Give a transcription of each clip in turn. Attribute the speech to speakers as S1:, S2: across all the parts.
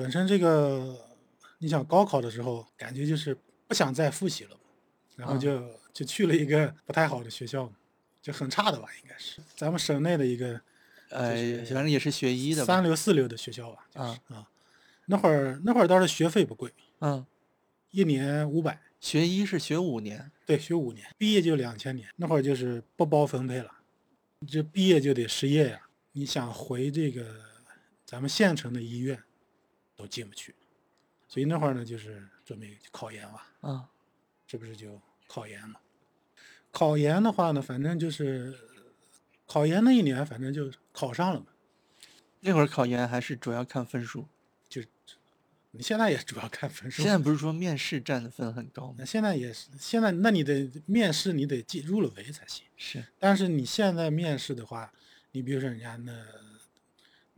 S1: 本身这个，你想高考的时候，感觉就是不想再复习了嘛，然后
S2: 嗯
S1: 就就去了一个不太好的学校，就很差的吧，应该是咱们省内的一个
S2: 呃
S1: 是，
S2: 反正也是学医的
S1: 三
S2: 吧？
S1: 流四流的学校吧，就是
S2: 啊
S1: 啊，那会儿那会儿倒是学费不贵，
S2: 嗯，
S1: 一年五百，
S2: 学医是学五年，
S1: 对，学五年，毕业就两千年，那会儿就是不包分配了，这毕业就得失业呀、你想回这个咱们县城的医院，都进不去，所以那会儿呢，就是准备考研吧，
S2: 嗯
S1: 这不是就考研嘛？考研的话呢，反正就是考研那一年，反正就考上了嘛。
S2: 那会儿考研还是主要看分数，
S1: 你现在也主要看分数
S2: 现，在不是说面试占的分很高
S1: 那
S2: 吗？
S1: 现在也是现在，那你得面试，你得进入了围才行。
S2: 是，
S1: 但是你现在面试的话，你比如说人家那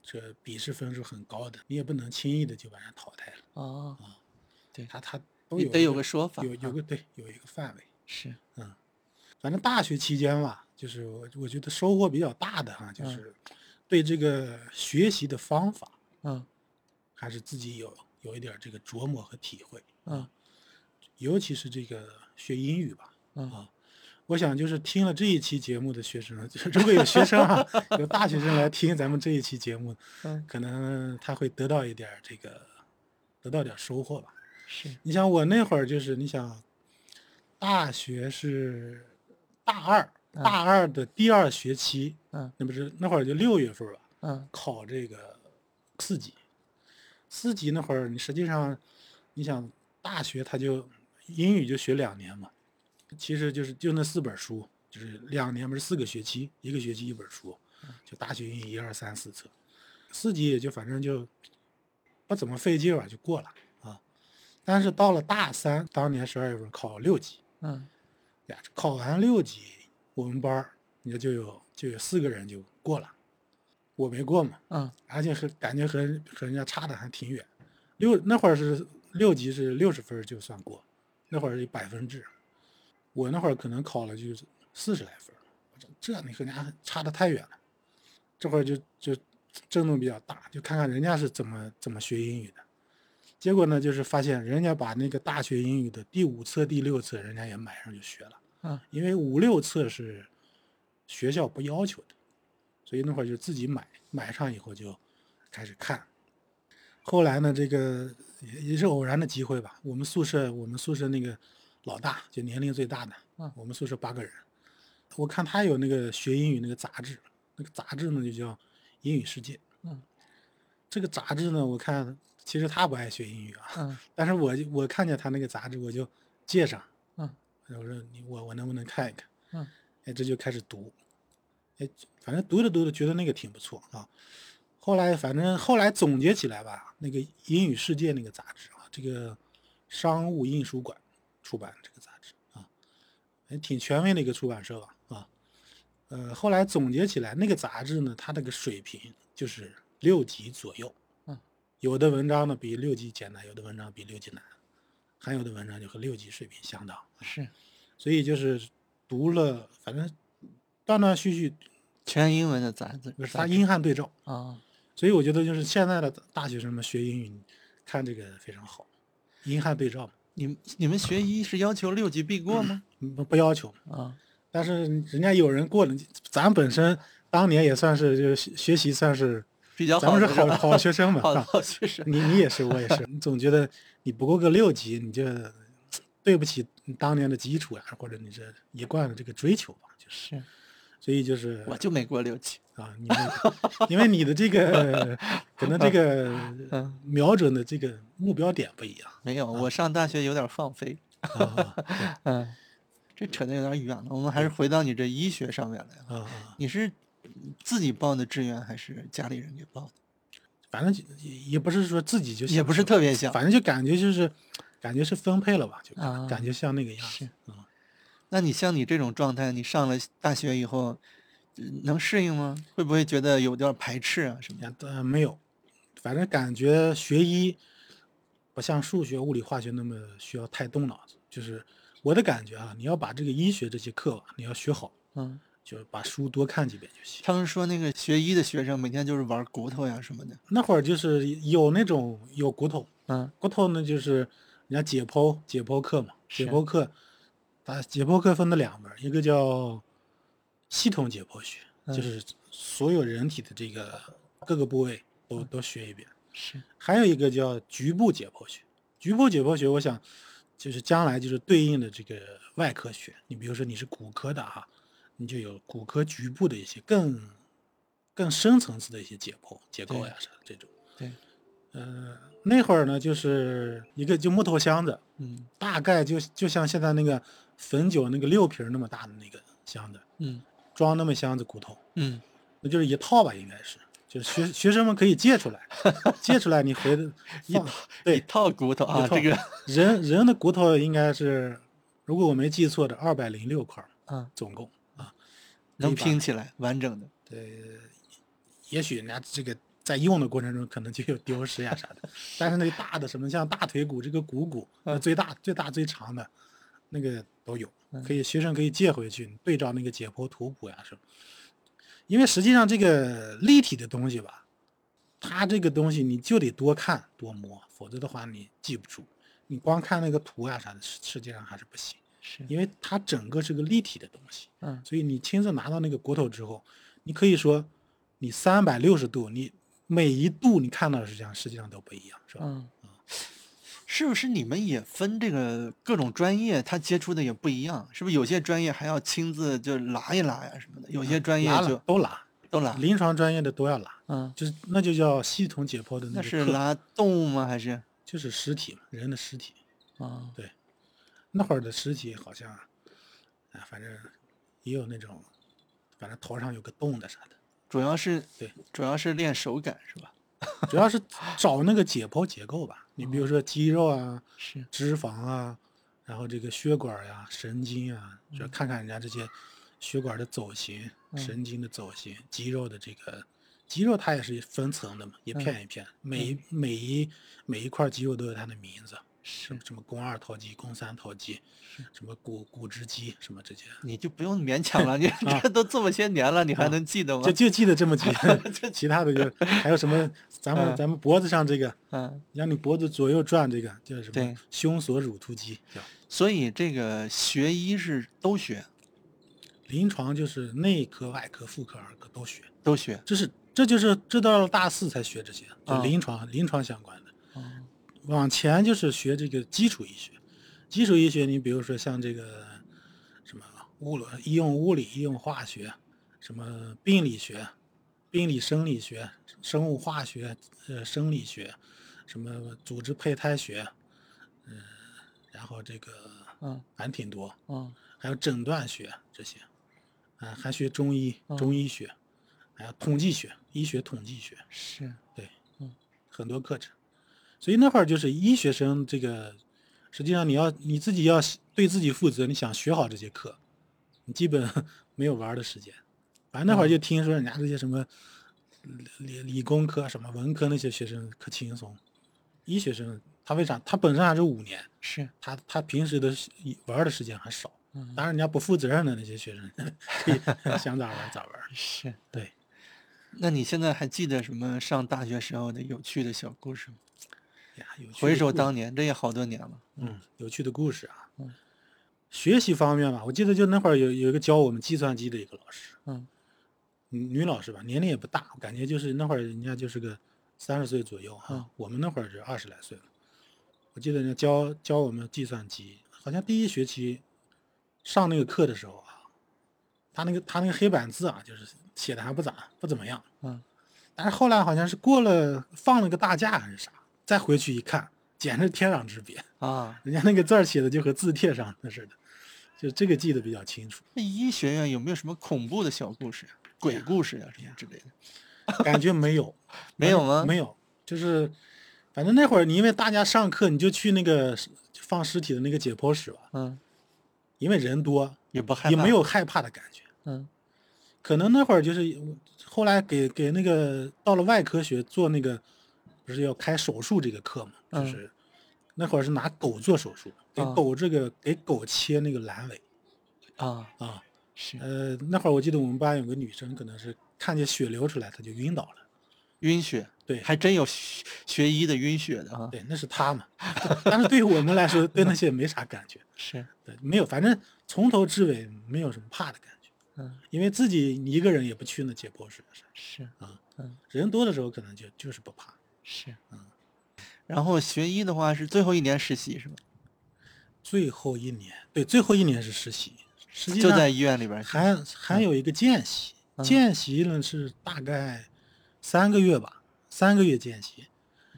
S1: 这笔试分数很高的，你也不能轻易的就把人家淘汰了。
S2: 哦，
S1: 他他都
S2: 你
S1: 有
S2: 得
S1: 一
S2: 有个说法
S1: 有有
S2: 啊
S1: 个对有一个范围。
S2: 是，
S1: 反正大学期间吧，就是我我觉得收获比较大的哈，就
S2: 嗯
S1: 是对这个学习的方法
S2: 嗯
S1: 还是自己有有一点儿这个琢磨和体会，
S2: 嗯
S1: 尤其是这个学英语吧。
S2: 嗯
S1: 啊，我想就是听了这一期节目的学生， 就是如果有学生啊， 有大学生来听咱们这一期节目，
S2: 嗯，
S1: 可能他会得到一点儿这个，得到点儿收获吧。
S2: 是，
S1: 你想我那会儿就是，你想，大学是大二，
S2: 嗯
S1: 大二的第二学期，
S2: 嗯
S1: 那不是那会儿就六月份儿吧，
S2: 嗯
S1: 考这个四级，四级那会儿你实际上，你想大学他就英语就学两年嘛，其实就是就那四本书，就是两年不是四个学期，一个学期一本书，就大学英语一二三四册，四级也就反正就不怎么费劲儿吧，就过了啊。但是到了大三，当年十二月份考六级，
S2: 嗯
S1: 呀，考完六级，我们班儿也就有就有四个人就过了，我没过嘛。
S2: 嗯
S1: 而且和感觉和和人家差的还挺远。六那会儿是六级是六十分儿就算过，那会儿是百分制，我那会儿可能考了就是四十来分儿，我说这你和人家差的太远了。这会儿就就震动比较大，就看看人家是怎么怎么学英语的。结果呢，就是发现人家把那个大学英语的第五册、第六册，人家也买上就学了。
S2: 嗯，
S1: 因为五六册是学校不要求的，所以那会儿就自己买，买上以后就开始看。后来呢，这个也也是偶然的机会吧，我们宿舍我们宿舍那个老大就年龄最大的，
S2: 嗯
S1: 我们宿舍八个人，我看他有那个学英语那个杂志，那个杂志呢就叫《英语世界》。
S2: 嗯，
S1: 这个杂志呢，我看其实他不爱学英语啊，
S2: 嗯
S1: 但是我就我看见他那个杂志，我就借上。
S2: 嗯，
S1: 我说你我我能不能看一看？
S2: 嗯，
S1: 哎，这就开始读，哎，反正读着读着觉得那个挺不错啊。后来反正后来总结起来吧，那个《英语世界》那个杂志啊，这个商务印书馆出版这个杂志啊，还挺权威的一个出版社吧啊。呃，后来总结起来，那个杂志呢，它那个水平就是六级左右。
S2: 嗯，
S1: 有的文章呢比六级简单，有的文章比六级难，还有的文章就和六级水平相当。
S2: 是，
S1: 所以就是读了，反正断断续续，
S2: 全英文的杂志，
S1: 不是
S2: 杂
S1: 它
S2: 志
S1: 英汉对照。
S2: 啊，
S1: 所以我觉得就是现在的大学生们学英语，看这个非常好，英汉对照嘛，
S2: 你们你们学医是要求六级必过吗？
S1: 嗯不不要求。
S2: 啊，
S1: 但是人家有人过了，咱本身当年也算是就是学学习算是，
S2: 比较
S1: 咱
S2: 好
S1: 们
S2: 的
S1: 是
S2: 是
S1: 好
S2: 吧，
S1: 好学生嘛，
S2: 好
S1: 是
S2: 的
S1: 吧
S2: 好学生，
S1: 你你也是，我也是，你总觉得你不过个六级，你就对不起你当年的基础呀、或者你这一贯的这个追求吧，就是，
S2: 是，
S1: 所以就是
S2: 我就没过六级，
S1: 啊，你那因为你的这个可能这个
S2: 嗯，
S1: 瞄准的这个目标点不一样
S2: 没有，我上大学有点放飞，
S1: 啊啊
S2: 嗯，这扯得有点远了，我们还是回到你这医学上面来。
S1: 啊 啊，
S2: 你是自己报的志愿还是家里人给报的？
S1: 反正就也也不是说自己就
S2: 也
S1: 想
S2: 不是
S1: 说
S2: 特别想。
S1: 反正就感觉就是感觉是分配了吧，就
S2: 啊
S1: 感觉像那个样
S2: 是
S1: 子啊。
S2: 那你像你这种状态，你上了大学以后，呃能适应吗？会不会觉得有点排斥啊什么的？
S1: 也呃没有，反正感觉学医不像数学、物理、化学那么需要太动脑子。就是我的感觉啊，你要把这个医学这些课啊，你要学好，
S2: 嗯
S1: 就把书多看几遍就行。
S2: 他们说那个学医的学生每天就是玩骨头呀什么的，
S1: 那会儿就是有那种有骨头，
S2: 嗯，
S1: 骨头呢就是人家解剖解剖课嘛，解
S2: 是
S1: 剖课，把解剖课分了两门儿，一个叫系统解剖学，
S2: 嗯
S1: 就是所有人体的这个各个部位都都学一遍，
S2: 是
S1: 还有一个叫局部解剖学。局部解剖学，我想就是将来就是对应的这个外科学。你比如说你是骨科的哈，你就有骨科局部的一些更更深层次的一些解剖、结构呀啥的这种。
S2: 对，
S1: 呃，那会儿呢，就是一个就木头箱子，
S2: 嗯
S1: 大概就就像现在那个汾酒那个六瓶儿那么大的那个箱子，
S2: 嗯
S1: 装那么箱子骨头。
S2: 嗯，
S1: 那就是一套吧，应该是，就是学学生们可以借出来，借出来你回的
S2: 一
S1: 放
S2: 一
S1: 对
S2: 套骨头啊，
S1: 一套
S2: 这个
S1: 人人的骨头应该是，如果我没记错的，二百零六块儿
S2: 啊
S1: 总共啊，
S2: 能
S1: 一把
S2: 拼起来完整的，
S1: 对，也许人家这个在用的过程中可能就有丢失呀啥 的，但是那大的什么像大腿骨这个股骨，那
S2: 嗯
S1: 最大最大最长的那个都有，可
S2: 嗯
S1: 以学生可以借回去，对照那个解剖图谱呀什么。因为实际上这个立体的东西吧，它这个东西你就得多看多摸，否则的话你记不住。你光看那个图啊啥的，实实际上还是不行，
S2: 是
S1: 因为它整个是个立体的东西。
S2: 嗯
S1: 所以你亲自拿到那个骨头之后，你可以说你三百六十度，你每一度你看到的实际上实际上都不一样，是吧？
S2: 嗯，是不是你们也分这个各种专业，他接触的也不一样？是不是有些专业还要亲自就拉一拉呀什么的？有些专业
S1: 拉了
S2: 就
S1: 都拉，
S2: 啊都拉，
S1: 临床专业的都要拉，
S2: 嗯，
S1: 就是那就叫系统解剖的
S2: 那
S1: 个
S2: 是
S1: 课，
S2: 拉动物吗？还是
S1: 就是尸体嘛，人的尸体。
S2: 啊？
S1: 那会儿的尸体好像，啊，反正也有那种，反正头上有个洞的啥的，
S2: 主要是
S1: 对，
S2: 主要是练手感是吧？
S1: 主要是找那个解剖结构吧。你比如说肌肉啊、
S2: 是，
S1: 脂肪啊，然后这个血管呀、神经啊，就看看人家这些血管的走形、
S2: 嗯
S1: 神经的走形、肌肉的这个肌肉，它也是分层的嘛，
S2: 嗯
S1: 一片一片，每一每一每一块肌肉都有它的名字，什
S2: 是
S1: 么什么肱二头肌、肱三头肌，什么股股直肌，什么这些，
S2: 你就不用勉强 了，你这都这么些年了，你还能记得吗
S1: 就？就记得这 么几，其他的就还有什么，咱们
S2: 嗯
S1: 咱们脖子上这个，
S2: 嗯，
S1: 让你脖子左右转这个叫什
S2: 对
S1: 么？胸锁乳突肌叫。
S2: 所以这个学医是都学，
S1: 临床就是内科、外科、妇科、儿科都学，
S2: 都学。
S1: 这是这就是这到了大四才学这些，就
S2: 啊
S1: 临床、临床相关的。
S2: 嗯
S1: 往前就是学这个基础医学，基础医学你比如说像这个什么物理、医用物理、医用化学，什么病理学、病理生理学、生物化学、呃生理学，什么组织胚胎学，嗯、然后这个
S2: 嗯
S1: 反挺多，
S2: 嗯
S1: 还有诊断学这些，啊，还学中医、
S2: 嗯
S1: 中医学，还有统计学、医学统计学，
S2: 是，
S1: 很多课程。所以那会儿就是医学生这个，实际上你要你自己要对自己负责，你想学好这些课，你基本 没有玩儿的时间。反正那会儿就听说人家这些什么理理理工科、什么文科那些学生可轻松，医学生他为啥他本身还是五年，
S2: 是，
S1: 他他平时的玩儿的时间还少。
S2: 嗯
S1: 当然，人家不负责任的那些学生， 可以想咋玩儿咋玩儿。
S2: 是。
S1: 对，
S2: 那你现在还记得什么上大学时候的有趣的小故事吗？
S1: 哎呀，有趣
S2: 回
S1: 的
S2: 首
S1: 故
S2: 当年，这也好多年了。
S1: 嗯，有趣的故事啊。
S2: 嗯
S1: 学习方面吧，我记得就那会儿有有一个教我们计算机的一个老师，
S2: 嗯
S1: 女女老师吧，年龄也不大，我感觉就是那会儿人家就是个三十岁左右哈、
S2: 嗯
S1: 我们那会儿是二十来岁了。我记得人家教教我们计算机，好像第一学期上那个课的时候啊，他那个他那个黑板字啊，就是写的还不咋不怎么样。
S2: 嗯，
S1: 但是后来好像是过了放了个大假还是啥，再回去一看，简直天壤之别。
S2: 啊，
S1: 人家那个字儿写的就和字帖上的似的，就这个记得比较清楚，
S2: 那医学院有没有什么恐怖的小故事、啊
S1: 哎
S2: 鬼故事呀、什么之类的？
S1: 感觉没有，
S2: 没有吗？
S1: 没有，就是反正那会儿你因为大家上课，你就去那个尸放尸体的那个解剖室吧，
S2: 嗯，
S1: 因为人多，
S2: 也不害怕。
S1: 也没。有害怕的感觉。
S2: 嗯
S1: 可能那会儿就是后来给给那个到了外科学做那个，不是要开手术这个课嘛，就
S2: 嗯
S1: 是、那会儿是拿狗做手术，给
S2: 啊
S1: 狗这个、给狗切那个阑尾
S2: 啊，
S1: 啊，
S2: 是
S1: 呃，那会儿我记得我们班有个女生，可能是看见血流出来，她就晕倒了。
S2: 晕血，
S1: 对
S2: 还真有学学医的晕血的啊。
S1: 对，那是她嘛。但是对于我们来说，对那些也没啥感觉，
S2: 是，
S1: 对，没有，反正从头至尾没有什么怕的感觉，
S2: 嗯，
S1: 因为自己一个人也不去那解剖室的事儿
S2: 是，
S1: 啊。
S2: 嗯，
S1: 人多的时候可能就就是不怕。
S2: 是
S1: 嗯。
S2: 然后学医的话是最后一年实习是吧？
S1: 最后一年，对，最后一年是实习，实际
S2: 就
S1: 上
S2: 在医院里边儿是吧。
S1: 还还有一个见习，
S2: 嗯
S1: 见习呢是大概三个月吧，三个月见习。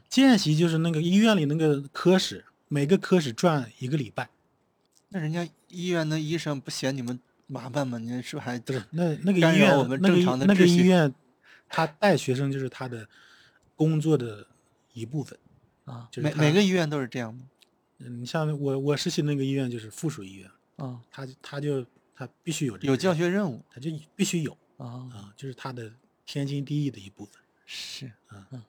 S1: 见习就是那个医院里那个科室，每个科室转一个礼拜，
S2: 那人家医院的医生不嫌你们麻烦吗？你们是不是还
S1: 不是那那个
S2: 干
S1: 医
S2: 扰
S1: 院
S2: 我们
S1: 那个
S2: 正
S1: 医
S2: 常的
S1: 那个
S2: 秩
S1: 医
S2: 序
S1: 院，他带学生就是他的工作的一部分。
S2: 啊？
S1: 就是
S2: 每
S1: 他
S2: 每个医院都是这样吗？
S1: 嗯你像我我实习那个医院就是附属医院，
S2: 啊，
S1: 他就他就他必须有这
S2: 有
S1: 个
S2: 教
S1: 人，
S2: 学任务
S1: 他就必须有
S2: 啊，
S1: 啊、就是他的天经地义的一部分。
S2: 是，
S1: 啊
S2: 嗯，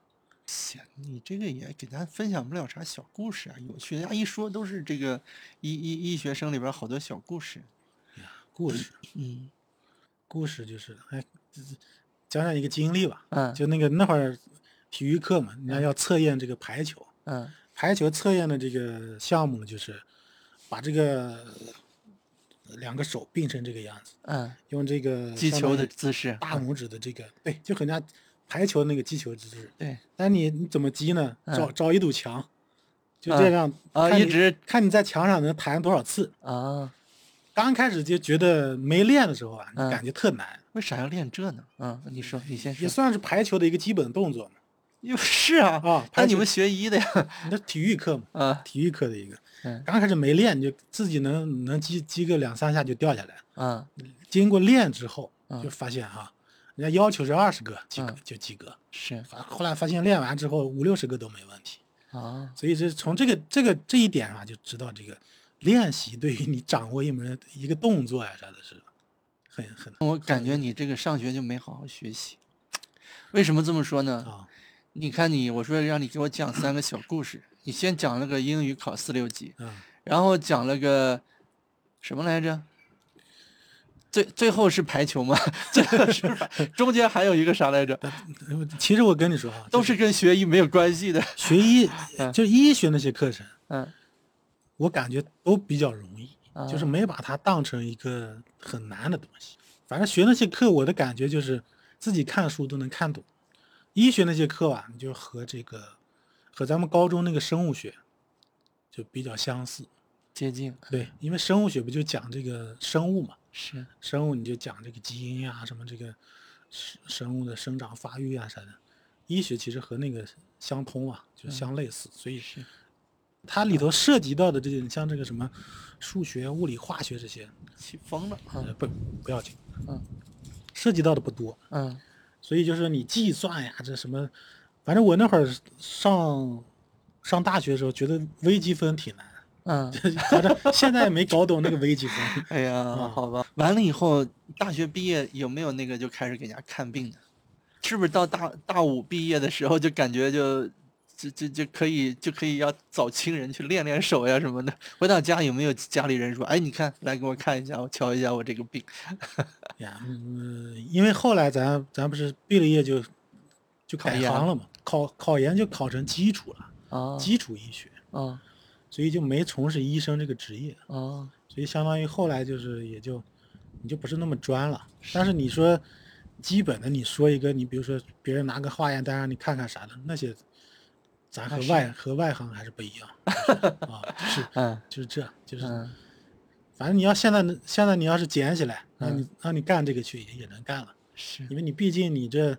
S2: 行，你这个也给咱分享不了啥小故事啊，有趣的。呀，一说都是这个医医医学生里边儿好多小故事，
S1: 哎故事
S2: 嗯
S1: 故事就是哎，讲讲一个经历吧。
S2: 嗯
S1: 就那个那会儿体育课嘛，人家要测验这个排球，
S2: 嗯
S1: 排球测验的这个项目呢，就是把这个呃两个手并成这个样子，
S2: 嗯，
S1: 用这个
S2: 击
S1: 相
S2: 球
S1: 当
S2: 的嗯
S1: 于
S2: 姿势，
S1: 大拇指的这个，对，就很像排球那个击球姿势。
S2: 对
S1: 但你你怎么击呢？找
S2: 嗯
S1: 找一堵墙，就
S2: 啊
S1: 这样
S2: 啊，
S1: 看
S2: 一
S1: 你
S2: 直
S1: 看你在墙上能弹多少次。
S2: 啊，
S1: 刚开始就觉得没练的时候啊，你
S2: 嗯
S1: 感觉特难，
S2: 为啥要练这呢？嗯，你说，你先
S1: 也
S2: 说，
S1: 算是排球的一个基本动作嘛。
S2: 又是啊，
S1: 啊，
S2: 那
S1: 排
S2: 你
S1: 球
S2: 们学医的呀，
S1: 那体育课嘛，
S2: 啊
S1: 体育课的一个，
S2: 嗯
S1: 刚开始没练，你就自己能能击击个两三下就掉下来。
S2: 啊，
S1: 经过练之后，
S2: 嗯
S1: 就发现啊，人家要求是二十个及格
S2: 嗯
S1: 就及格，
S2: 是
S1: 反后来发现练完之后五六十个都没问题。
S2: 啊，
S1: 所以这从这个这个这一点啊，就知道这个练习对于你掌握一门一个动作呀、啥的是很很
S2: 我感觉你这个上学就没好好学习，为什么这么说呢？
S1: 啊
S2: 你看你，我说让你给我讲三个小故事，你先讲了个英语考四六级，
S1: 啊
S2: 然后讲了个什么来着？最最后是排球吗？ 最后是排中间还有一个啥来着？
S1: 嗯其实我跟你说啊，
S2: 都
S1: 就是
S2: 跟学医没有关系的。
S1: 学医
S2: 嗯，
S1: 就医学那些课程，
S2: 嗯，
S1: 我感觉都比较容易，就是
S2: 啊
S1: 没把它当成一个很难的东西。反正学那些课，我的感觉就是自己看书都能看懂。医学那些课吧，你就和这个和咱们高中那个生物学就比较相似。
S2: 接近
S1: 对，因为生物学不就讲这个生物嘛，
S2: 是
S1: 生物你就讲这个基因啊呀、什么这个生生物的生长发育啊啥的。医学其实和那个相通啊，就相类似，所以
S2: 是
S1: 它里头涉及到的这些，像这个什么数学、物理、化学这些，
S2: 起疯了啊
S1: 呃，不不要紧，
S2: 嗯，
S1: 涉及到的不多，
S2: 嗯
S1: 所以就是你计算呀，这什么，反正我那会儿上上大学的时候，觉得微积分挺难，
S2: 嗯，
S1: 反正现在也没搞懂那个微积 分。
S2: 哎呀，
S1: 啊
S2: 好吧，完了以后大学毕业有没有那个就开始给人家看病的？是不是到大大五毕业的时候就感觉就就就就可以就可以要找亲人去练练手呀什么的？回到家有没有家里人说，哎，你看来给我看一下，我瞧一下我这个病
S1: 呀，嗯，因为后来咱咱不是毕了业就就
S2: 考
S1: 改
S2: 研
S1: 行了嘛，考考研就考成基础了，
S2: 啊
S1: 基础医学，
S2: 啊
S1: 所以就没从事医生这个职业，
S2: 啊
S1: 所以相当于后来就是也就你就不是那么专了。但是你说基本的，你说一个，你比如说别人拿个化验单让你看看啥的那些，咱和
S2: 那是
S1: 外和外行还是不一 样啊，就是
S2: 嗯
S1: 就是这，就是
S2: 嗯
S1: 反正你要现在能现在你要是捡起来，让
S2: 嗯
S1: 你让你干这个去也也能干了。
S2: 是
S1: 因为你毕竟你这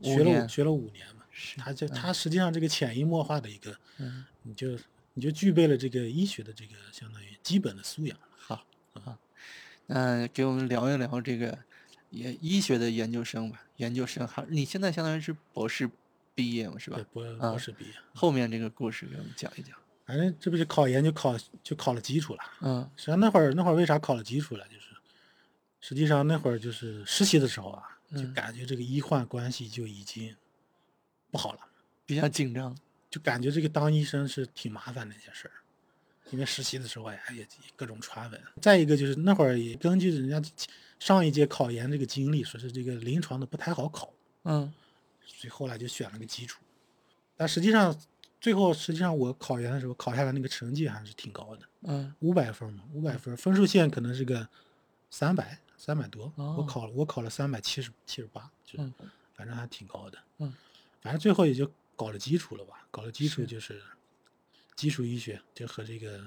S2: 五
S1: 学了
S2: 年
S1: 五学了五年嘛，
S2: 是
S1: 他这他实际上这个潜移默化的一个，
S2: 嗯
S1: 你就你就具备了这个医学的这个相当于基本的素养。
S2: 好啊，那给我们聊一聊这个也医学的研究生吧，研究生还你现在相当于是博士毕业嘛是吧
S1: 对，？博
S2: 啊
S1: 博士毕业，
S2: 后面这个故事给我们讲一讲。
S1: 反正这不是考研就考就考了基础了。
S2: 嗯
S1: 实际上那会儿那会儿为啥考了基础了？就是实际上那会儿就是实习的时候啊，就
S2: 嗯
S1: 感觉这个医患关系就已经不好了。
S2: 比较紧张。
S1: 就感觉这个当医生是挺麻烦的一件事儿，因为实习的时候哎呀也各种传闻。再一个就是那会儿也根据人家上一届考研这个经历，说是这个临床的不太好考，
S2: 嗯
S1: 所以后来就选了个基础。但实际上，最后实际上我考研的时候考下来那个成绩还是挺高的，
S2: 嗯
S1: 五百分嘛，五百分，分数线可能是个三百三百多，
S2: 哦
S1: 我考了我考了三百七十七十八，就是
S2: 嗯
S1: 反正还挺高的。
S2: 嗯，
S1: 反正最后也就搞了基础了吧，搞了基础
S2: 是
S1: 就是基础医学，就和这个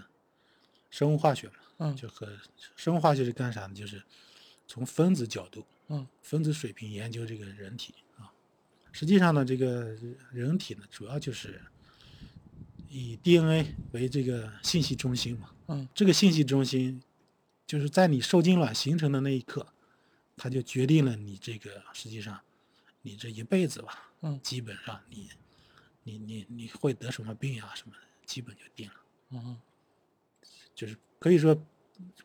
S1: 生物化学嘛，
S2: 嗯
S1: 就和生物化学是干啥呢？就是从分子角度，
S2: 嗯，
S1: 分子水平研究这个人体啊。实际上呢，这个人体呢，主要就是以 DNA 为这个信息中心嘛。
S2: 嗯，
S1: 这个信息中心就是在你受精卵形成的那一刻，它就决定了你这个实际上你这一辈子吧，
S2: 嗯
S1: 基本上你你你你会得什么病呀、什么的，基本就定了，
S2: 嗯，
S1: 就是可以说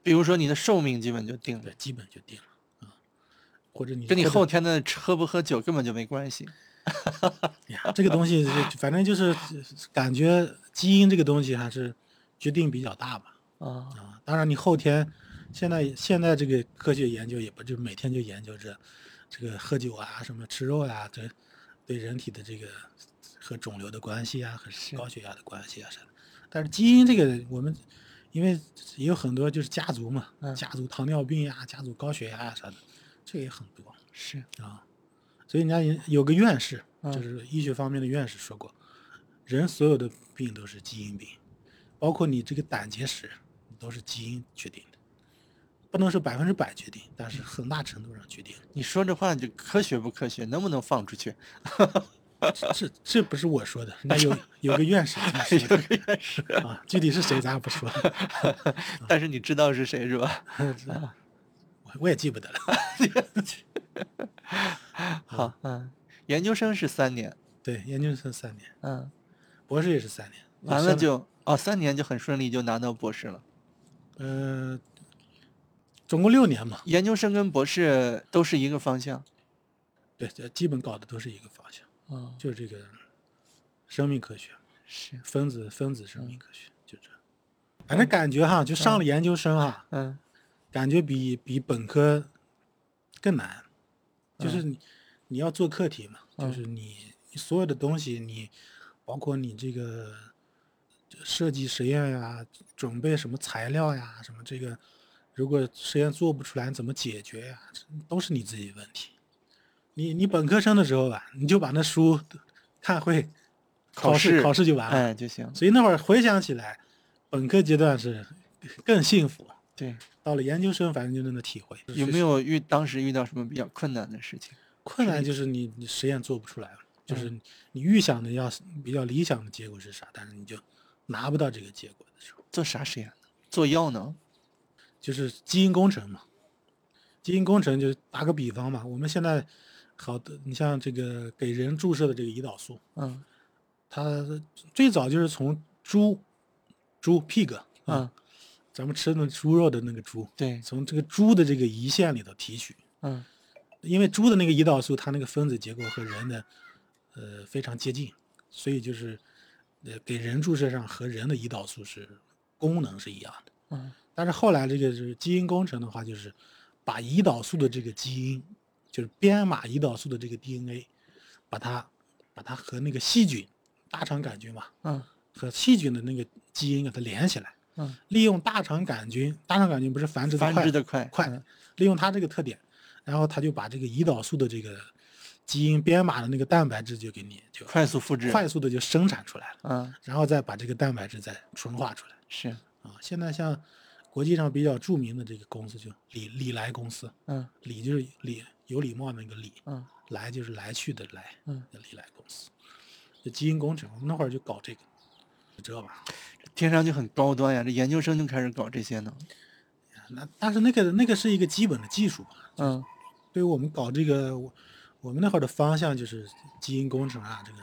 S2: 比如说你的寿命基本就定了
S1: 对，，基本就定了啊、或者你
S2: 跟你
S1: 或者
S2: 后天的吃喝不喝酒根本就没关系。
S1: 哎呀，这个东 西就反正就是感觉基因这个东西还是决定比较大吧
S2: 啊
S1: 啊。当然，你后天现在现在这个科学研究也不就每天就研究这这个喝酒啊、什么吃肉啊，这对人体的这个和肿瘤的关系啊，和
S2: 是
S1: 高血压的关系啊啥的。但是基因这个我们因为也有很多就是家族嘛，
S2: 嗯
S1: 家族糖尿病呀、家族高血压呀、啊啥的，这也很多。
S2: 是，
S1: 啊，所以人家也有个院士，
S2: 嗯
S1: 就是医学方面的院士说过，人所有的病都是基因病，包括你这个胆结石都是基因决定的，不能说百分之百决定，但是很大程度上决定。
S2: 你说这话就科学不科学，能不能放出去？
S1: 这这这不是我说的，人家有有个院士这么 说的
S2: 也是，
S1: 啊，具体是谁咱也不说，
S2: 但是你知道是谁是吧？啊
S1: 我我也记不得了。
S2: 好，嗯，研究生是三年，
S1: 对，研究生三年，
S2: 嗯，
S1: 博士也是三年，
S2: 完
S1: 上
S2: 了就哦，三年就很顺利就拿到博士了。
S1: 呃，总共六年嘛，
S2: 研究生跟博士都是一个方向。
S1: 对，这基本搞的都是一个方向。
S2: 哦，
S1: 就是这个生命科学，
S2: 是，
S1: 分子分子生命科学，就这。反正哎感觉哈，就上了研究生啊哈，
S2: 嗯
S1: 感觉比比本科更难，就是你、你要做课题嘛，就
S2: 嗯
S1: 是你你所有的东西你，包括你这个设计实验呀，准备什么材料呀，什么这个，如果实验做不出来你怎么解决呀，这都是你自己问题。你你本科生的时候吧，你就把那书看会，
S2: 考
S1: 考
S2: 试
S1: 考试就完了。
S2: 哎就行。
S1: 所以那会儿回想起来，本科阶段是更幸福，
S2: 对，
S1: 到了研究生反正就那么体会。
S2: 有没有遇当时遇到什么比较困难的事情？
S1: 困难就是你你实验做不出来了，就是
S2: 嗯
S1: 你预想的要比较理想的结果是啥，但是你就拿不到这个结果的时候，
S2: 做啥实验呢？做药呢？
S1: 就是基因工程嘛。基因工程就是打个比方嘛，我们现在好的，你像这个给人注射的这个胰岛素，
S2: 嗯
S1: 它最早就是从猪猪 pig 啊、
S2: 嗯，
S1: 咱们吃的猪肉的那个猪，
S2: 对，
S1: 从这个猪的这个胰腺里头提取，
S2: 嗯
S1: 因为猪的那个胰岛素，它那个分子结构和人的呃非常接近，所以就是呃给人注射上和人的胰岛素是功能是一样的。
S2: 嗯
S1: 但是后来这个是基因工程的话，就是把胰岛素的这个基因，就是编码胰岛素的这个 DNA，把它把它和那个细菌大肠杆菌嘛，
S2: 嗯
S1: 和细菌的那个基因给它连起来，
S2: 嗯，
S1: 利用大肠杆菌，大肠杆菌不是繁殖的
S2: 繁
S1: 快
S2: 殖
S1: 吗
S2: 的快，
S1: 快，利用它这个特点，然后他就把这个胰岛素的这个基因编码的那个蛋白质就给你就
S2: 快速复制，
S1: 快速的就生产出来了，
S2: 嗯
S1: 然后再把这个蛋白质再纯化出来
S2: 是，
S1: 啊。现在像国际上比较著名的这个公司就李李来公司，
S2: 嗯
S1: 李就是李有礼貌那个李，
S2: 嗯
S1: 来就是来去的来，
S2: 嗯，
S1: 李来公司，就基因工程，我们那会儿就搞这个，知道吧？
S2: 听上去很高端呀，这研究生就开始搞这些呢。
S1: 那但是那个那个是一个基本的技术吧，
S2: 嗯
S1: 对于我们搞这个，我我们那会儿的方向就是基因工程啊，这个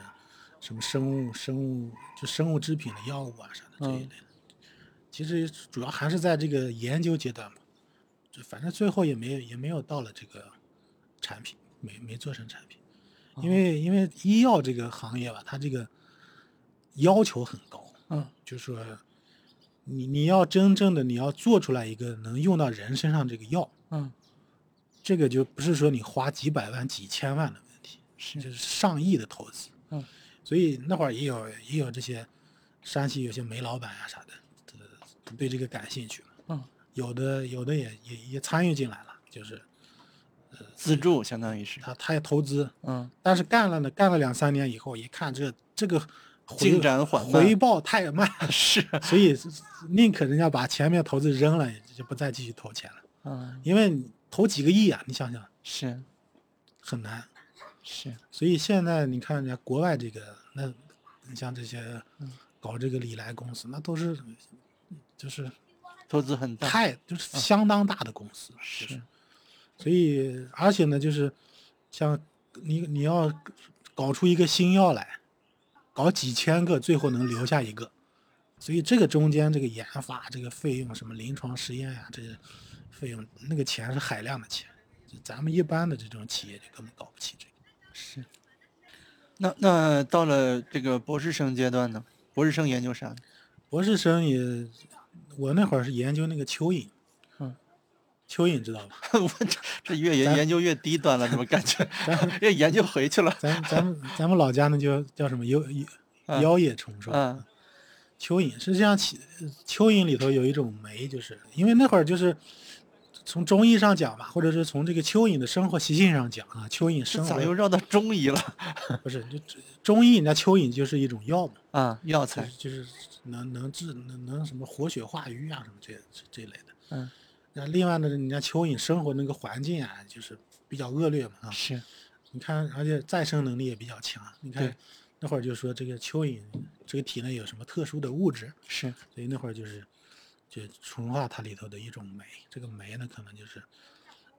S1: 什么生物、生物就生物制品的药物啊啥的这一类的。其实主要还是在这个研究阶段嘛，就反正最后也没有也没有到了这个产品，没没做成产品，因为因为医药这个行业吧，它这个要求很高，
S2: 嗯
S1: 就说你你要真正的你要做出来一个能用到人身上这个药，
S2: 嗯
S1: 这个就不是说你花几百万、几千万的问题，是就是上亿的投资。
S2: 嗯，
S1: 所以那会儿也有也有这些山西有些煤老板啊啥的，他他对这个感兴趣嘛。
S2: 嗯，
S1: 有的有的也也也参与进来了，就是
S2: 自助相当于是，
S1: 他他也投资，
S2: 嗯，
S1: 但是干了呢，干了两三年以后，一看这这个回
S2: 进展缓慢
S1: 回报太慢，
S2: 是，
S1: 所以宁可人家把前面投资扔了，就不再继续投钱了，
S2: 嗯，
S1: 因为你投几个亿啊，你想想
S2: 是
S1: 很难。
S2: 是，
S1: 所以现在你看人家国外这个，那你像这些搞这个理财公司，那都是就是
S2: 投资很大，
S1: 太就是相当大的公司，就是所以而且呢，就是像你你要搞出一个新药来，搞几千个，最后能留下一个，所以这个中间这个研发这个费用，什么临床实验呀、这些费用，那个钱是海量的钱，就咱们一般的这种企业就根本搞不起这个。
S2: 是。那那到了这个博士生阶段呢？博士生研究啥呢？
S1: 博士生也，我那会儿是研究那个蚯蚓，
S2: 嗯，
S1: 蚯蚓知道吧？
S2: 我这这越研
S1: 咱
S2: 研究越低端了，怎么感觉
S1: 咱
S2: 越研究回去了？
S1: 咱咱们咱们老家那叫叫什么妖
S2: 啊
S1: 妖叶虫是吧？
S2: 嗯
S1: 蚯蚓实际上蚯蚯蚓里头有一种酶，就是因为那会儿就是从中医上讲吧，或者是从这个蚯蚓的生活习性上讲啊，蚯蚓
S2: 这
S1: 生
S2: 咋又
S1: 活
S2: 绕到中医了？
S1: 不是就中医人家蚯蚓就是一种药嘛，
S2: 啊，药
S1: 就
S2: 材
S1: 是，就是能能治能能什么活血化瘀啊什么这这这类的。
S2: 嗯，
S1: 那另外呢，人家蚯蚓生活那个环境啊，就是比较恶劣嘛啊，
S2: 是，
S1: 你看，而且再生能力也比较强。啊你
S2: 对
S1: 看那会儿就说这个蚯蚓这个体内有什么特殊的物质，
S2: 是，
S1: 所以那会儿就是就纯化它里头的一种酶，这个酶呢可能就是，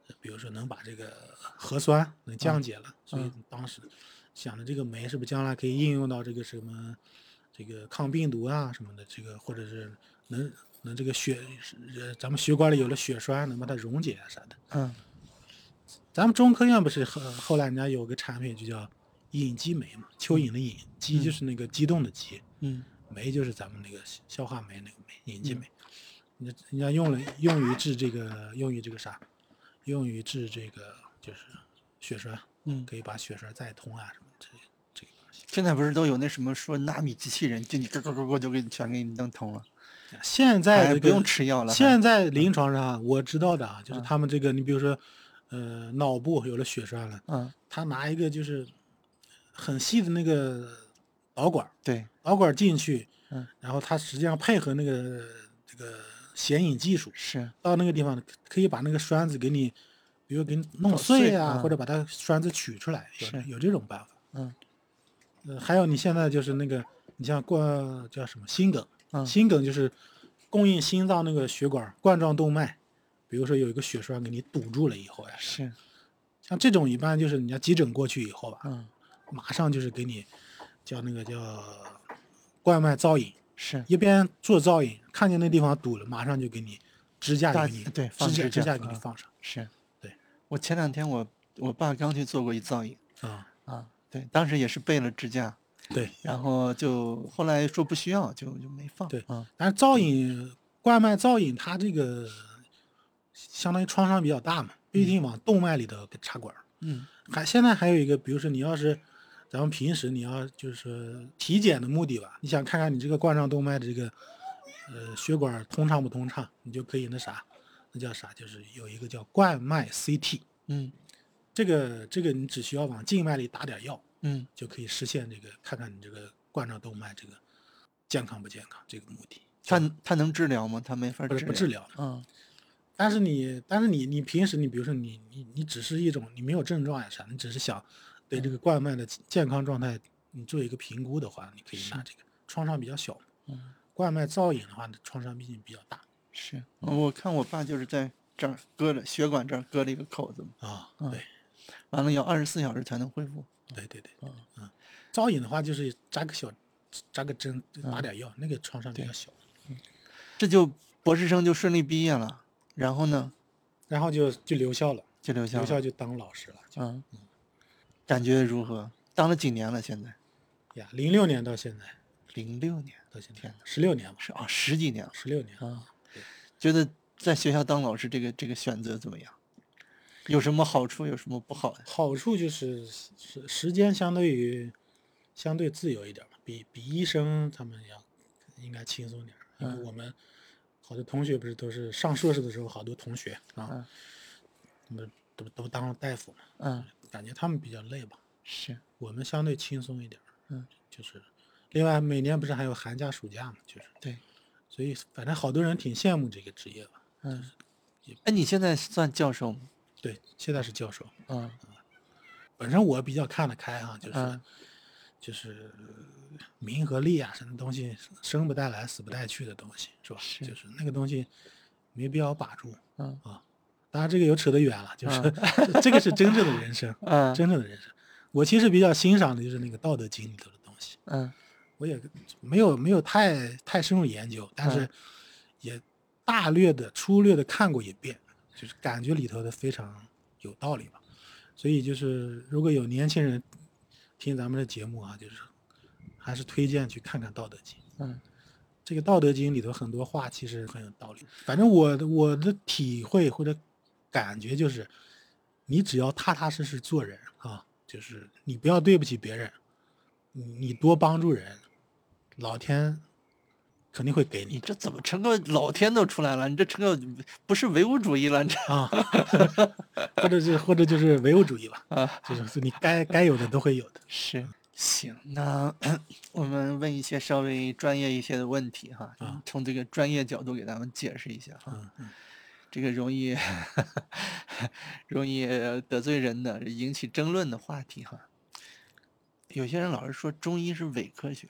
S1: 呃比如说能把这个核酸能降解了，所以当时想的这个酶是不是将来可以应用到这个什么这个抗病毒啊什么的，这个或者是能能这个血呃咱们血管里有了血栓能把它溶解啊啥的。
S2: 嗯，
S1: 咱们中科院不是后后来人家有个产品就叫隐激酶嘛，蚯蚓的蚓，激就是那个激动的激。
S2: 嗯，
S1: 酶就是咱们那个消消化酶那个酶，隐激酶，人家人家用了用于治这个用于这个啥，用于治这个就是血栓，
S2: 嗯
S1: 可以把血栓再通啊什么这这个东西。
S2: 现在不是都有那什么说纳米机器人，就你咯咯咯咯就给你全给你弄通了，
S1: 现在
S2: 哎，
S1: 这个
S2: 不用吃药了还。
S1: 现在临床上啊我知道的啊，就是
S2: 嗯
S1: 他们这个你比如说，呃，脑部有了血栓了，
S2: 嗯，
S1: 他拿一个就是很细的那个导管儿，
S2: 对，
S1: 导管儿进去，
S2: 嗯，
S1: 然后它实际上配合那个这个显影技术。
S2: 是，
S1: 到那个地方可可以把那个栓子给你，比如给你
S2: 捣
S1: 弄
S2: 碎
S1: 碎啊，
S2: 嗯
S1: 或者把它栓子取出来，有
S2: 是
S1: 有这种办法。
S2: 嗯
S1: 呃，还有你现在就是那个，你像冠叫什么心梗，
S2: 嗯
S1: 心梗就是供应心脏那个血管冠状动脉，比如说有一个血栓给你堵住了以后呀，
S2: 是，
S1: 像这种一般就是人家急诊过去以后吧，
S2: 嗯
S1: 马上就是给你叫那个叫冠脉造影，
S2: 是，
S1: 一边做造影，看见那地方堵了，马上就给你支架
S2: 大
S1: 给你
S2: 对放
S1: 支架
S2: 支
S1: 支
S2: 架
S1: 架给你
S2: 嗯
S1: 放上
S2: 是，
S1: 对。
S2: 我前两天我我爸刚去做过一造影
S1: 啊、
S2: 啊，对，当时也是备了支架，
S1: 对。
S2: 然后就后来说不需要，就就没放。
S1: 对
S2: 啊，
S1: 但是造影冠脉造影，它这个相当于创伤比较大嘛，必定往动脉里头给插管儿。
S2: 嗯
S1: 还现在还有一个，比如说你要是咱们平时你要就是说体检的目的吧，你想看看你这个冠状动脉的这个呃血管儿通畅不通畅，你就可以那啥，那叫啥？就是有一个叫冠脉 CT，
S2: 嗯
S1: 这个这个你只需要往静脉里打点药，
S2: 嗯，
S1: 就可以实现这个看看你这个冠状动脉这个健康不健康这个目的。
S2: 他他能治疗吗？他没法
S1: 不是不治
S2: 疗。
S1: 疗，
S2: 嗯
S1: 但是你，但是你，你平时你比如说你你你只是一种你没有症状呀啥，你只是想对这个冠脉的健康状态你做一个评估的话，你可以拿这个创伤比较小，
S2: 嗯，
S1: 冠脉造影的话，创伤毕竟比较大
S2: 是嗯我看我爸就是在这儿割了血管这儿割了一个口子嘛，
S1: 啊。
S2: 嗯
S1: 对
S2: 完了要二十四小时才能恢复。
S1: 对对对
S2: 嗯，
S1: 嗯，造影的话就是扎个小扎个针打
S2: 嗯
S1: 点药，那个创伤比
S2: 对
S1: 较小。
S2: 这就博士生就顺利毕业了，然后呢
S1: 然后就就留校了，
S2: 就留校
S1: 留
S2: 了。
S1: 校就当老师了。
S2: 嗯，感觉如何？当了几年了？现在
S1: 呀，零六年到现在，
S2: 零六年
S1: 到现在
S2: 天
S1: 十六年吧，
S2: 是啊、十几
S1: 嗯
S2: 年了
S1: 十六年。
S2: 啊。觉得在学校当老师这个这个选择怎么样？有什么好处，有什么不好呀？
S1: 好处就是时时间相对于相对自由一点吧，比比医生他们要应该轻松点儿。因为
S2: 嗯
S1: 我们好多同学不是都是上硕士的时候，好多同学
S2: 嗯
S1: 啊，他们都都当了大夫嘛，
S2: 嗯，
S1: 感觉他们比较累吧。
S2: 是，
S1: 我们相对轻松一点。
S2: 嗯，
S1: 就是，另外每年不是还有寒假、暑假嘛，就是
S2: 对，
S1: 所以反正好多人挺羡慕这个职业吧。
S2: 嗯。哎，你现在算教授吗？
S1: 对，现在是教授，
S2: 嗯
S1: 本身我比较看得开哈、就是、
S2: 嗯
S1: 就是名和利啊，什么东西生不带来，死不带去的东西，是吧？
S2: 是
S1: 就是那个东西没必要把住。啊
S2: 嗯
S1: 当然，这个又扯得远了，就是、 这个是真正的人生，
S2: 嗯
S1: 真正的人生。我其实比较欣赏的就是那个《道德经》里头的东西，
S2: 嗯
S1: 我也没有没有太太深入研究，但是
S2: 嗯
S1: 也大略的、粗略的看过一遍，就是感觉里头的非常有道理吧。所以就是如果有年轻人听咱们的节目啊，就是还是推荐去看看《道德经》。
S2: 嗯
S1: 这个《道德经》里头很多话其实很有道理。反正我的我的体会或者感觉就是，你只要踏踏实实做人啊，就是你不要对不起别人，你你多帮助人，老天肯定会给
S2: 你
S1: 你
S2: 这怎么成个老天都出来了？你这成个不是唯物主义了？你这
S1: 啊， 或者是或者就是唯物主义吧，
S2: 啊
S1: 就是你该该有的都会有的。
S2: 是。行，那 我们问一些稍微专业一些的问题哈，
S1: 啊
S2: 从这个专业角度给咱们解释一下哈。
S1: 嗯嗯
S2: 这个容易 容易得罪人的、引起争论的话题哈。有些人老是说中医是伪科学，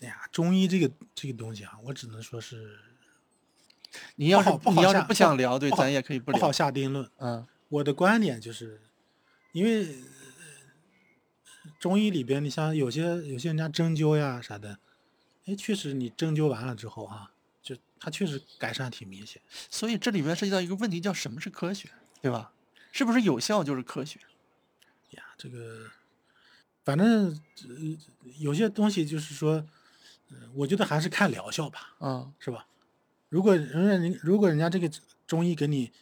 S1: 哎呀，中医这个这个东西啊，我只能说是
S2: 你要是
S1: 好不
S2: 你
S1: 好
S2: 要
S1: 下
S2: 是不想聊，对，
S1: 不好
S2: 咱也可以不
S1: 不好
S2: 聊。
S1: 下定论。
S2: 嗯
S1: 我的观点就是，因为呃中医里边，你像有些有些人家针灸呀啥的，哎，确实你针灸完了之后啊，就它确实改善挺明显。
S2: 所以这里面涉及到一个问题，叫什么是科学，对吧？是不是有效就是科学？
S1: 哎呀，这个反正、呃、有些东西就是说，呃，我觉得还是看疗效吧，
S2: 嗯
S1: 是吧？如果人家人如果人家这个中医给你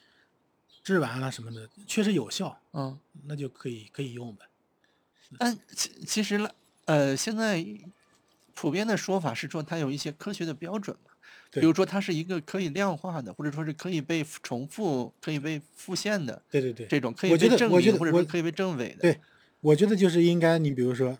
S1: 治完了什么的，确实有效，
S2: 嗯。
S1: 那就可以可以用呗。
S2: 但其其实呢，呃，现在普遍的说法是说它有一些科学的标准嘛，比
S1: 对
S2: 如说它是一个可以量化的，或者说是可以被重复、可以被复现的，
S1: 对对对，
S2: 这种可以
S1: 我
S2: 被
S1: 觉得
S2: 证
S1: 我觉
S2: 明
S1: 得
S2: 或者说
S1: 我
S2: 可以被证伪的。
S1: 对我觉得
S2: 嗯
S1: 就是应该，你比如说，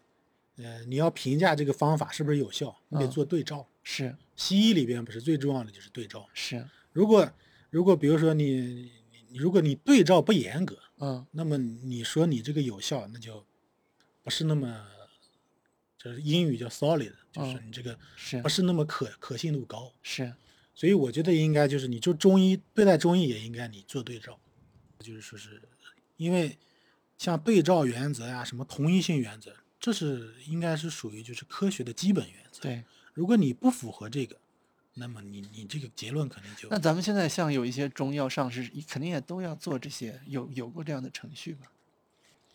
S1: 呃，你要评价这个方法是不是有效，你得
S2: 嗯
S1: 做对照。
S2: 是
S1: 西医里边不是最重要的就是对照。
S2: 是，
S1: 如果如果比如说你你你如果你对照不严格，
S2: 嗯
S1: 那么你说你这个有效，那就不是那么，就是英语叫 solid，就是
S2: 嗯
S1: 你这个
S2: 是
S1: 不是那么可可信度高。
S2: 是，
S1: 所以我觉得应该就是，你就中医对待中医也应该你做对照，就是说是，因为像对照原则呀、什么同一性原则，这是应该是属于就是科学的基本原则。，
S2: 对。
S1: 如果你不符合这个，那么你你这个结论肯定就
S2: 那咱们现在像有一些中药上市，肯定也都要做这些，有有过这样的程序吧？
S1: 呀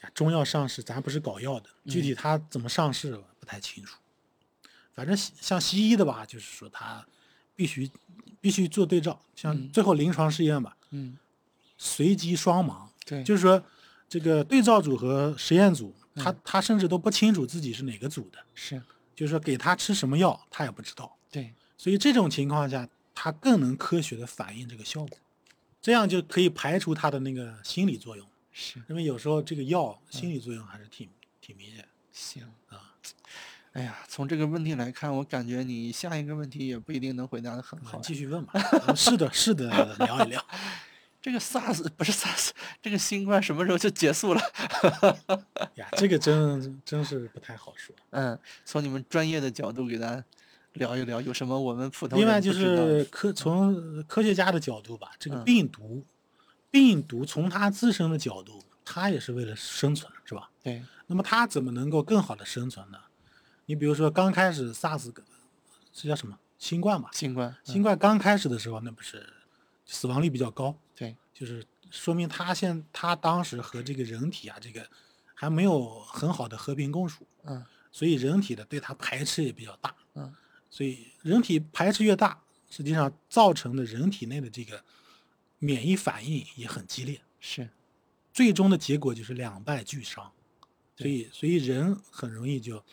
S1: 啊中药上市，咱不是搞药的，具
S2: 嗯
S1: 体它怎么上市我不太清楚。反正西像西医的吧，就是说它必须必须做对照，
S2: 嗯
S1: 像最后临床试验吧，
S2: 嗯，
S1: 随机双盲。
S2: 对，
S1: 就是是说这个对照组和实验组，他
S2: 嗯
S1: 他甚至都不清楚自己是哪个组的，
S2: 是，
S1: 就是说给他吃什么药，他也不知道。
S2: 对，
S1: 所以这种情况下，他更能科学的反映这个效果，这样就可以排除他的那个心理作用，
S2: 是
S1: 因为有时候这个药
S2: 嗯
S1: 心理作用还是挺挺明显的。
S2: 行
S1: 啊。
S2: 哎呀，从这个问题来看，我感觉你下一个问题也不一定能回答的很
S1: 我
S2: 好
S1: 们
S2: 呀。
S1: 继续问吧， 咱们是的，是的，聊一聊。
S2: 这个 SARS 不是 SARS，这个新冠什么时候就结束了？
S1: 呀，这个真真是不太好说。
S2: 嗯，从你们专业的角度给咱聊一聊，有什么我们普通
S1: 另
S2: 人
S1: 外就
S2: 不知道的
S1: 是科从科学家的角度吧，这个
S2: 嗯
S1: 病毒，病毒从它自身的角度，它也是为了生存，是吧？
S2: 对，
S1: 那么它怎么能够更好的生存呢？你比如说刚开始 SARS，这叫什么？新冠吧，
S2: 新冠，嗯
S1: 新冠刚开始的时候，那不是死亡率比较高，
S2: 对，
S1: 就是说明它现它当时和这个人体啊，这个还没有很好的和平共处，
S2: 嗯
S1: 所以人体的对它排斥也比较大。
S2: 嗯
S1: 所以人体排斥越大，实际上造成的人体内的这个免疫反应也很激烈。
S2: 是，
S1: 最终的结果就是两败俱伤。所
S2: 对
S1: 以，所以人很容易就，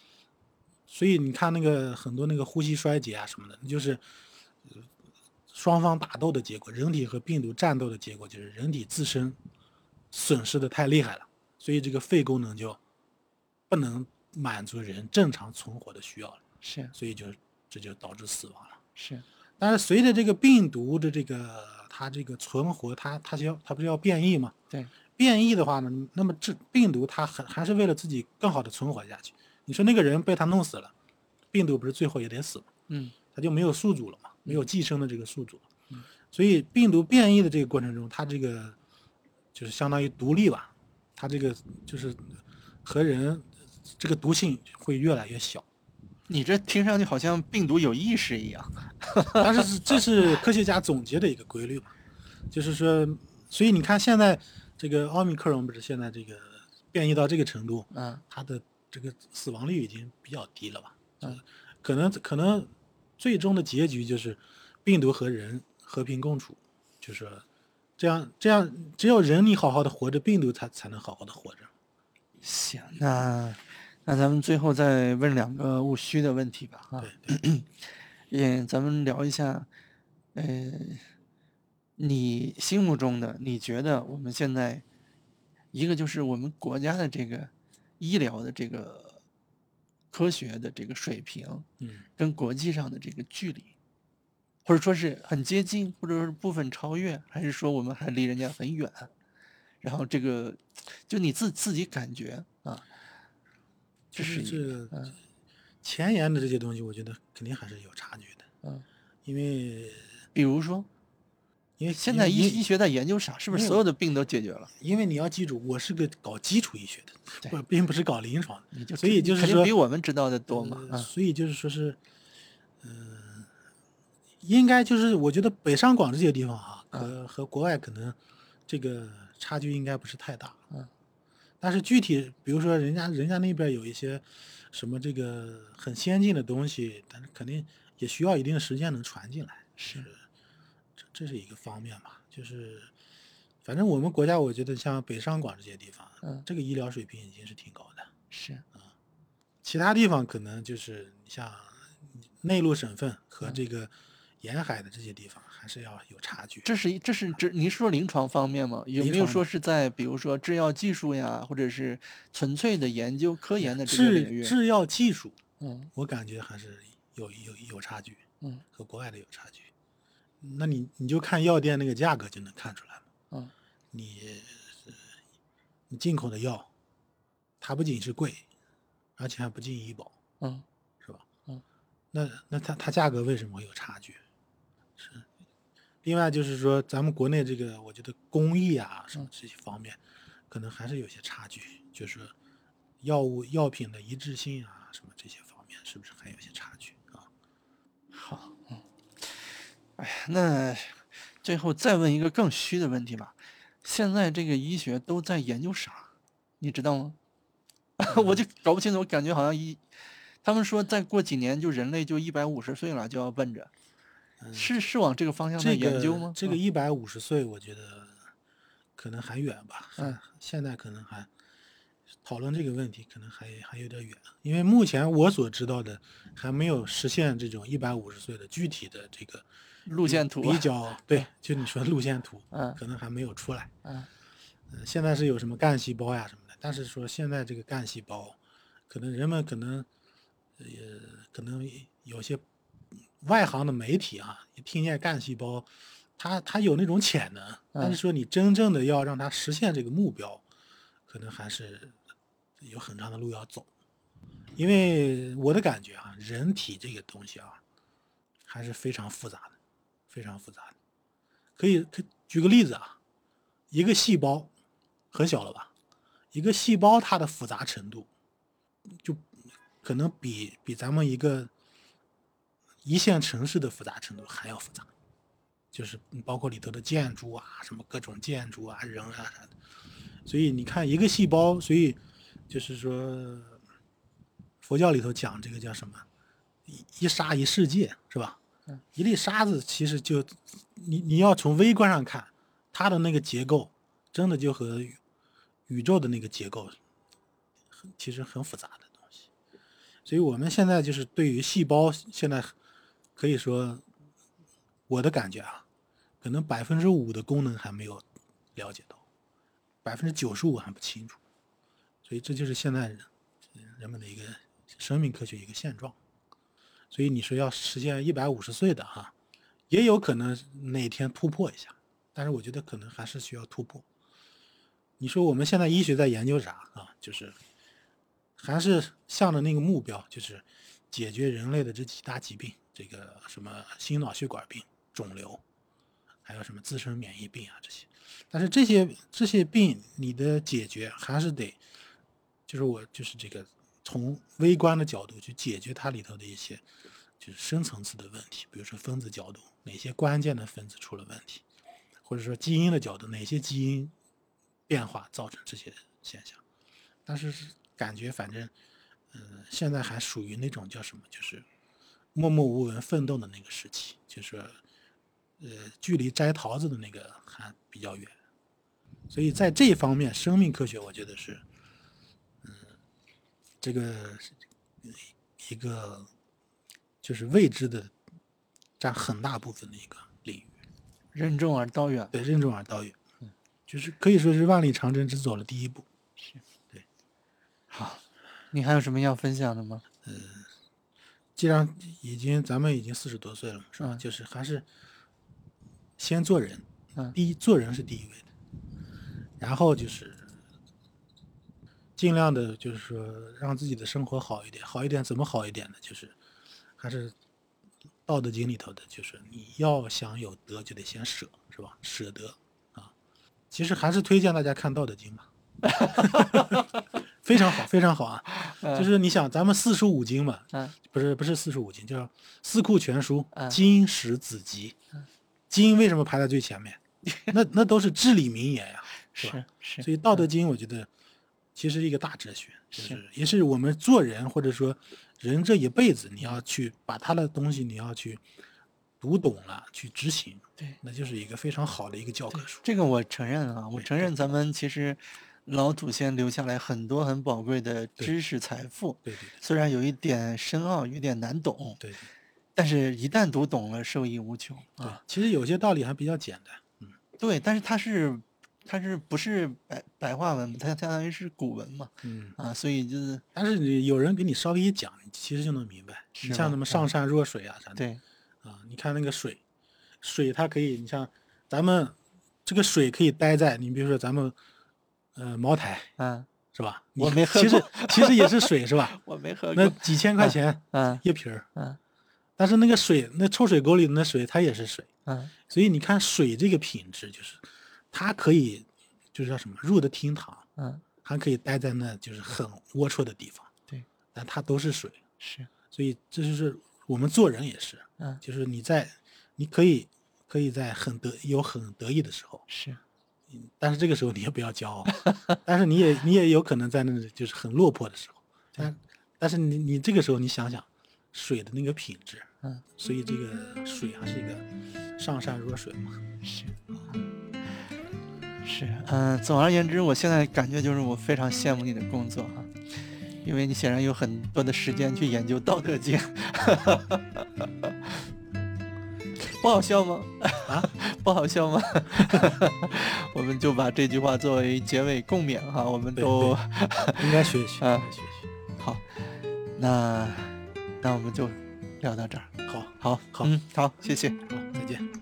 S1: 所以你看那个很多那个呼吸衰竭啊什么的，就是呃双方打斗的结果，人体和病毒战斗的结果就是人体自身损失的太厉害了，所以这个肺功能就不能满足人正常存活的需要了，
S2: 是
S1: 所以就这就导致死亡了。
S2: 是，
S1: 但是随着这个病毒的这个它这个存活，它它就要它不是要变异嘛？
S2: 对，
S1: 变异的话呢，那么这病毒它还还是为了自己更好的存活下去。你说那个人被它弄死了，病毒不是最后也得死吗？
S2: 嗯
S1: 它就没有宿主了嘛，没有寄生的这个宿主。
S2: 嗯
S1: 所以病毒变异的这个过程中，它这个就是相当于独立吧，它这个就是和人这个毒性会越来越小。
S2: 你这听上去好像病毒有意识一样。
S1: 但是是这是科学家总结的一个规律嘛，就是说，所以你看现在这个奥密克戎不是现在这个变异到这个程度，
S2: 嗯
S1: 它的这个死亡率已经比较低了吧？呃
S2: 嗯，
S1: 可能可能最终的结局就是病毒和人和平共处，就是说这样这样，只有人你好好的活着，病毒才才能好好的活着。
S2: 行，那那咱们最后再问两个务虚的问题吧，啊哈。
S1: 对对，
S2: 也咱们聊一下，呃，你心目中的，你觉得我们现在，一个就是我们国家的这个医疗的这个科学的这个水平，
S1: 嗯
S2: 跟国际上的这个距离，或者说是很接近，或者说是部分超越，还是说我们还离人家很远？然后这个，就你自自己感觉啊，这
S1: 就是是
S2: 一个
S1: 这前沿的这些东西，我觉得肯定还是有差距的，
S2: 嗯，
S1: 因为
S2: 比如说
S1: 因为
S2: 现
S1: 因
S2: 在
S1: 为
S2: 医
S1: 因
S2: 医学在研究啥，是不是
S1: 没
S2: 所
S1: 有
S2: 有的病都解决了？
S1: 因为你要记住，我是个搞基础医学的，
S2: 对
S1: 不，并不是搞临床的，
S2: 你就
S1: 所
S2: 知
S1: 以
S2: 你
S1: 就是
S2: 肯定
S1: 说
S2: 比我们知道的多嘛。
S1: 呃
S2: 啊，
S1: 所以就是说是，嗯、应该就是我觉得北上广这些地方啊，
S2: 啊
S1: 和和国外可能这个差距应该不是太大。
S2: 嗯，
S1: 但是具体比如说人家人家那边有一些什么这个很先进的东西，但是肯定也需要一定的时间能传进来。
S2: 是
S1: 这这是一个方面吧，就是反正我们国家，我觉得像北上广这些地方，
S2: 嗯
S1: 这个医疗水平已经是挺高的。
S2: 是，
S1: 其他地方可能就是你像内陆省份和
S2: 嗯
S1: 这个沿海的这些地方，还是要有差距。
S2: 这是一这是指您说临床方面吗？有
S1: 临
S2: 没有
S1: 床
S2: 说是在比如说制药技术呀，或者是纯粹的研究科研的这个领
S1: 制
S2: 域？
S1: 制药技术，
S2: 嗯
S1: 我感觉还是有有有差距，
S2: 嗯
S1: 和国外的有差距。那你你就看药店那个价格就能看出来嘛。
S2: 嗯
S1: 你呃你进口的药，它不仅是贵，而且还不进医保。
S2: 嗯
S1: 是吧？
S2: 嗯，
S1: 那那它它价格为什么会有差距？是，另外就是说咱们国内这个，我觉得工艺啊什么这些方面，可能还是有些差距，就是说药物药品的一致性啊什么这些方面，是不是还有些差距啊？
S2: 好嗯，哎呀，那最后再问一个更虚的问题吧。现在这个医学都在研究啥，你知道吗？
S1: 嗯
S2: 我就搞不清楚，我感觉好像一，他们说再过几年就人类就一百五十岁了，就要奔着。
S1: 嗯，
S2: 是是往这个方向
S1: 这
S2: 在研究吗
S1: 个？这个
S2: 嗯
S1: 一百五十岁，我觉得可能还远吧。
S2: 嗯
S1: 还， 现在可能还讨论这个问题，可能还还有点远，因为目前我所知道的还没有实现这种一百五十岁的具体的这个
S2: 路线图啊
S1: 比较对，就你说路线图，
S2: 嗯
S1: 可能还没有出来。
S2: 嗯
S1: 呃，现在是有什么干细胞呀什么的，但是说现在这个干细胞，可能人们可能，呃，可能有些外行的媒体啊，一听见干细胞，它它有那种潜能，但
S2: 嗯
S1: 是说你真正的要让它实现这个目标，可能还是有很长的路要走。因为我的感觉啊，人体这个东西啊，还是非常复杂的，非常复杂的。可以，可以举个例子啊，一个细胞很小了吧？一个细胞它的复杂程度，就可能比比咱们一个一线城市的复杂程度还要复杂，就是包括里头的建筑啊，什么各种建筑啊、人啊啥的。所以你看一个细胞，所以就是说，佛教里头讲这个叫什么？一一沙一世界是吧
S2: 嗯？
S1: 一粒沙子其实就你你要从微观上看，它的那个结构真的就和宇宙的那个结构，很其实很复杂的东西。所以我们现在就是对于细胞，现在可以说我的感觉啊，可能百分之五的功能还没有了解到，百分之九十五还不清楚。所以这就是现在人人们的一个生命科学一个现状。所以你说要实现一百五十岁的哈、也有可能哪天突破一下，但是我觉得可能还是需要突破。你说我们现在医学在研究啥啊？就是还是向着那个目标，就是解决人类的这几大疾病，这个什么心脑血管病、肿瘤，还有什么自身免疫病啊这些。但是这些这些病，你的解决还是得，就是我就是这个从微观的角度去解决它里头的一些就是深层次的问题，比如说分子角度，哪些关键的分子出了问题，或者说基因的角度，哪些基因变化造成这些现象。但是是感觉反正，嗯、现在还属于那种叫什么，就是默默无闻奋斗的那个时期，就是呃，距离摘桃子的那个还比较远。所以在这一方面，生命科学我觉得是，嗯，呃这个是一个就是未知的，占很大部分的一个领域。
S2: 任重而道远。
S1: 对，任重而道远，就是可以说是万里长征只走了第一步。
S2: 好，你还有什么要分享的吗？
S1: 既然已经咱们已经四十多岁了嘛，是吧？
S2: 嗯
S1: 就是还是先做人，
S2: 嗯
S1: 第一做人是第一位的，然后就是尽量的，就是说让自己的生活好一点，好一点怎么好一点呢？就是还是《道德经》里头的，就是你要想有德，就得先舍，是吧？舍得啊，其实还是推荐大家看《道德经》吧。 非常好，非常好啊！
S2: 呃
S1: 就是你想，咱们四书五经嘛，
S2: 嗯
S1: 不是不是四书五经，叫四库全书
S2: 嗯、
S1: 经史子集。经为什么排在最 前面？那那都是至理名言呀、是吧
S2: 是是，嗯
S1: 所以《道德经》我觉得其实是一个大哲学，就是是也是我们做人或者说人这一辈子，你要去把他的东西你要去读懂了，去执行，
S2: 对，
S1: 那就是一个非常好的一个教科书。
S2: 这个我承认啊，我
S1: 对
S2: 承
S1: 对
S2: 认咱们其实老祖先留下来很多很宝贵的
S1: 对
S2: 知识财富，
S1: 对
S2: 虽然有一点深奥，有一点难懂，
S1: 对对对
S2: 但是一旦读懂了，受益无穷
S1: 对
S2: 啊。，
S1: 其实有些道理还比较简单。
S2: 对，但是它是它是不是白白话文？它相当于是古文嘛
S1: 嗯，
S2: 啊，所以就是
S1: 但是你有人给你稍微一讲，你其实就能明白。
S2: 是
S1: 你像
S2: 吧
S1: 什么
S2: 嗯
S1: 上善若水啊啥的，
S2: 对
S1: 啊，你看那个水，水它可以，你像咱们这个水可以待在，你比如说咱们呃茅台
S2: 啊，
S1: 是吧？
S2: 我
S1: 你
S2: 没喝
S1: 其实
S2: 过
S1: 其实也是水是吧？
S2: 我没喝
S1: 那
S2: 过
S1: 几千块钱
S2: 啊
S1: 一瓶儿，
S2: 啊
S1: 但是那个水，那臭水沟里的那水它也是水，
S2: 啊，
S1: 所以你看水这个品质就是，它可以就是叫什么入得厅堂，
S2: 嗯，
S1: 还可以待在那就是很龌龊的地方，
S2: 对，
S1: 但它都是水，
S2: 是
S1: 所以这就是我们做人也是，
S2: 嗯
S1: 就是你在，你可以可以在很得有很得意的时候，
S2: 是
S1: 但是这个时候你也不要骄 傲，但是你也你也有可能在那里就是很落魄的时候， 但但是你你这个时候你想想水的那个品质，
S2: 嗯，
S1: 所以这个水还是一个上善若水 嘛，
S2: 是。啊是，嗯、总而言之，我现在感觉就是我非常羡慕你的工作哈、因为你显然有很多的时间去研究《道德经》 ，不好笑吗？
S1: 啊，
S2: 不好笑吗？我们就把这句话作为结尾共勉哈、我们
S1: 对
S2: 都
S1: 应该学习，应
S2: 啊
S1: 该学习，
S2: 好，那那我们就聊到这儿。
S1: 好，
S2: 好，
S1: 好
S2: 嗯，好，谢谢。
S1: 好，再见。